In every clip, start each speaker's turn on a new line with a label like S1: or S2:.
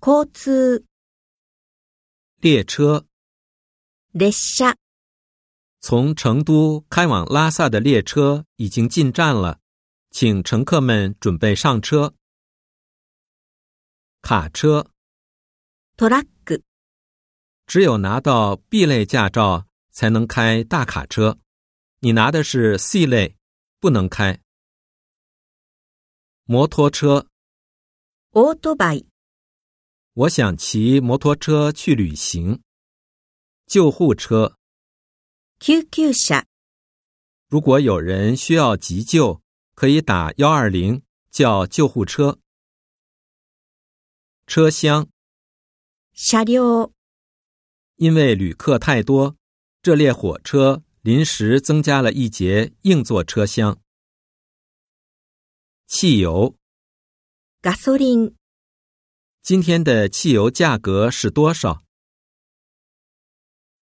S1: 交通、
S2: 列车
S1: 列車、
S2: 从成都开往拉萨的列车已经进站了，请乘客们准备上车。卡车
S1: トラック、
S2: 只有拿到 B 类驾照才能开大卡车，你拿的是 C 类，不能开。摩托车，
S1: オートバイ、
S2: 我想骑摩托车去旅行。救护车。
S1: 救急車、
S2: 如果有人需要急救，可以打幺二零叫救护车。车厢
S1: 車両、
S2: 因为旅客太多，这列火车临时增加了一节硬座车厢。汽油
S1: ガソリン、
S2: 今天的汽油价格是多少？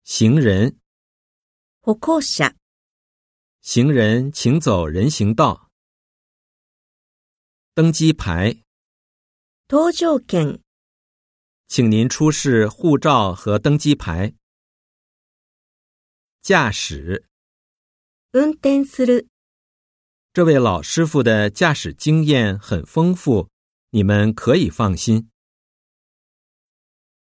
S2: 行人
S1: 歩行者、
S2: 行人请走人行道。登机牌。
S1: 搭乗券、
S2: 请您出示护照和登机牌。驾驶，
S1: 運転する、
S2: 这位老师傅的驾驶经验很丰富，你们可以放心。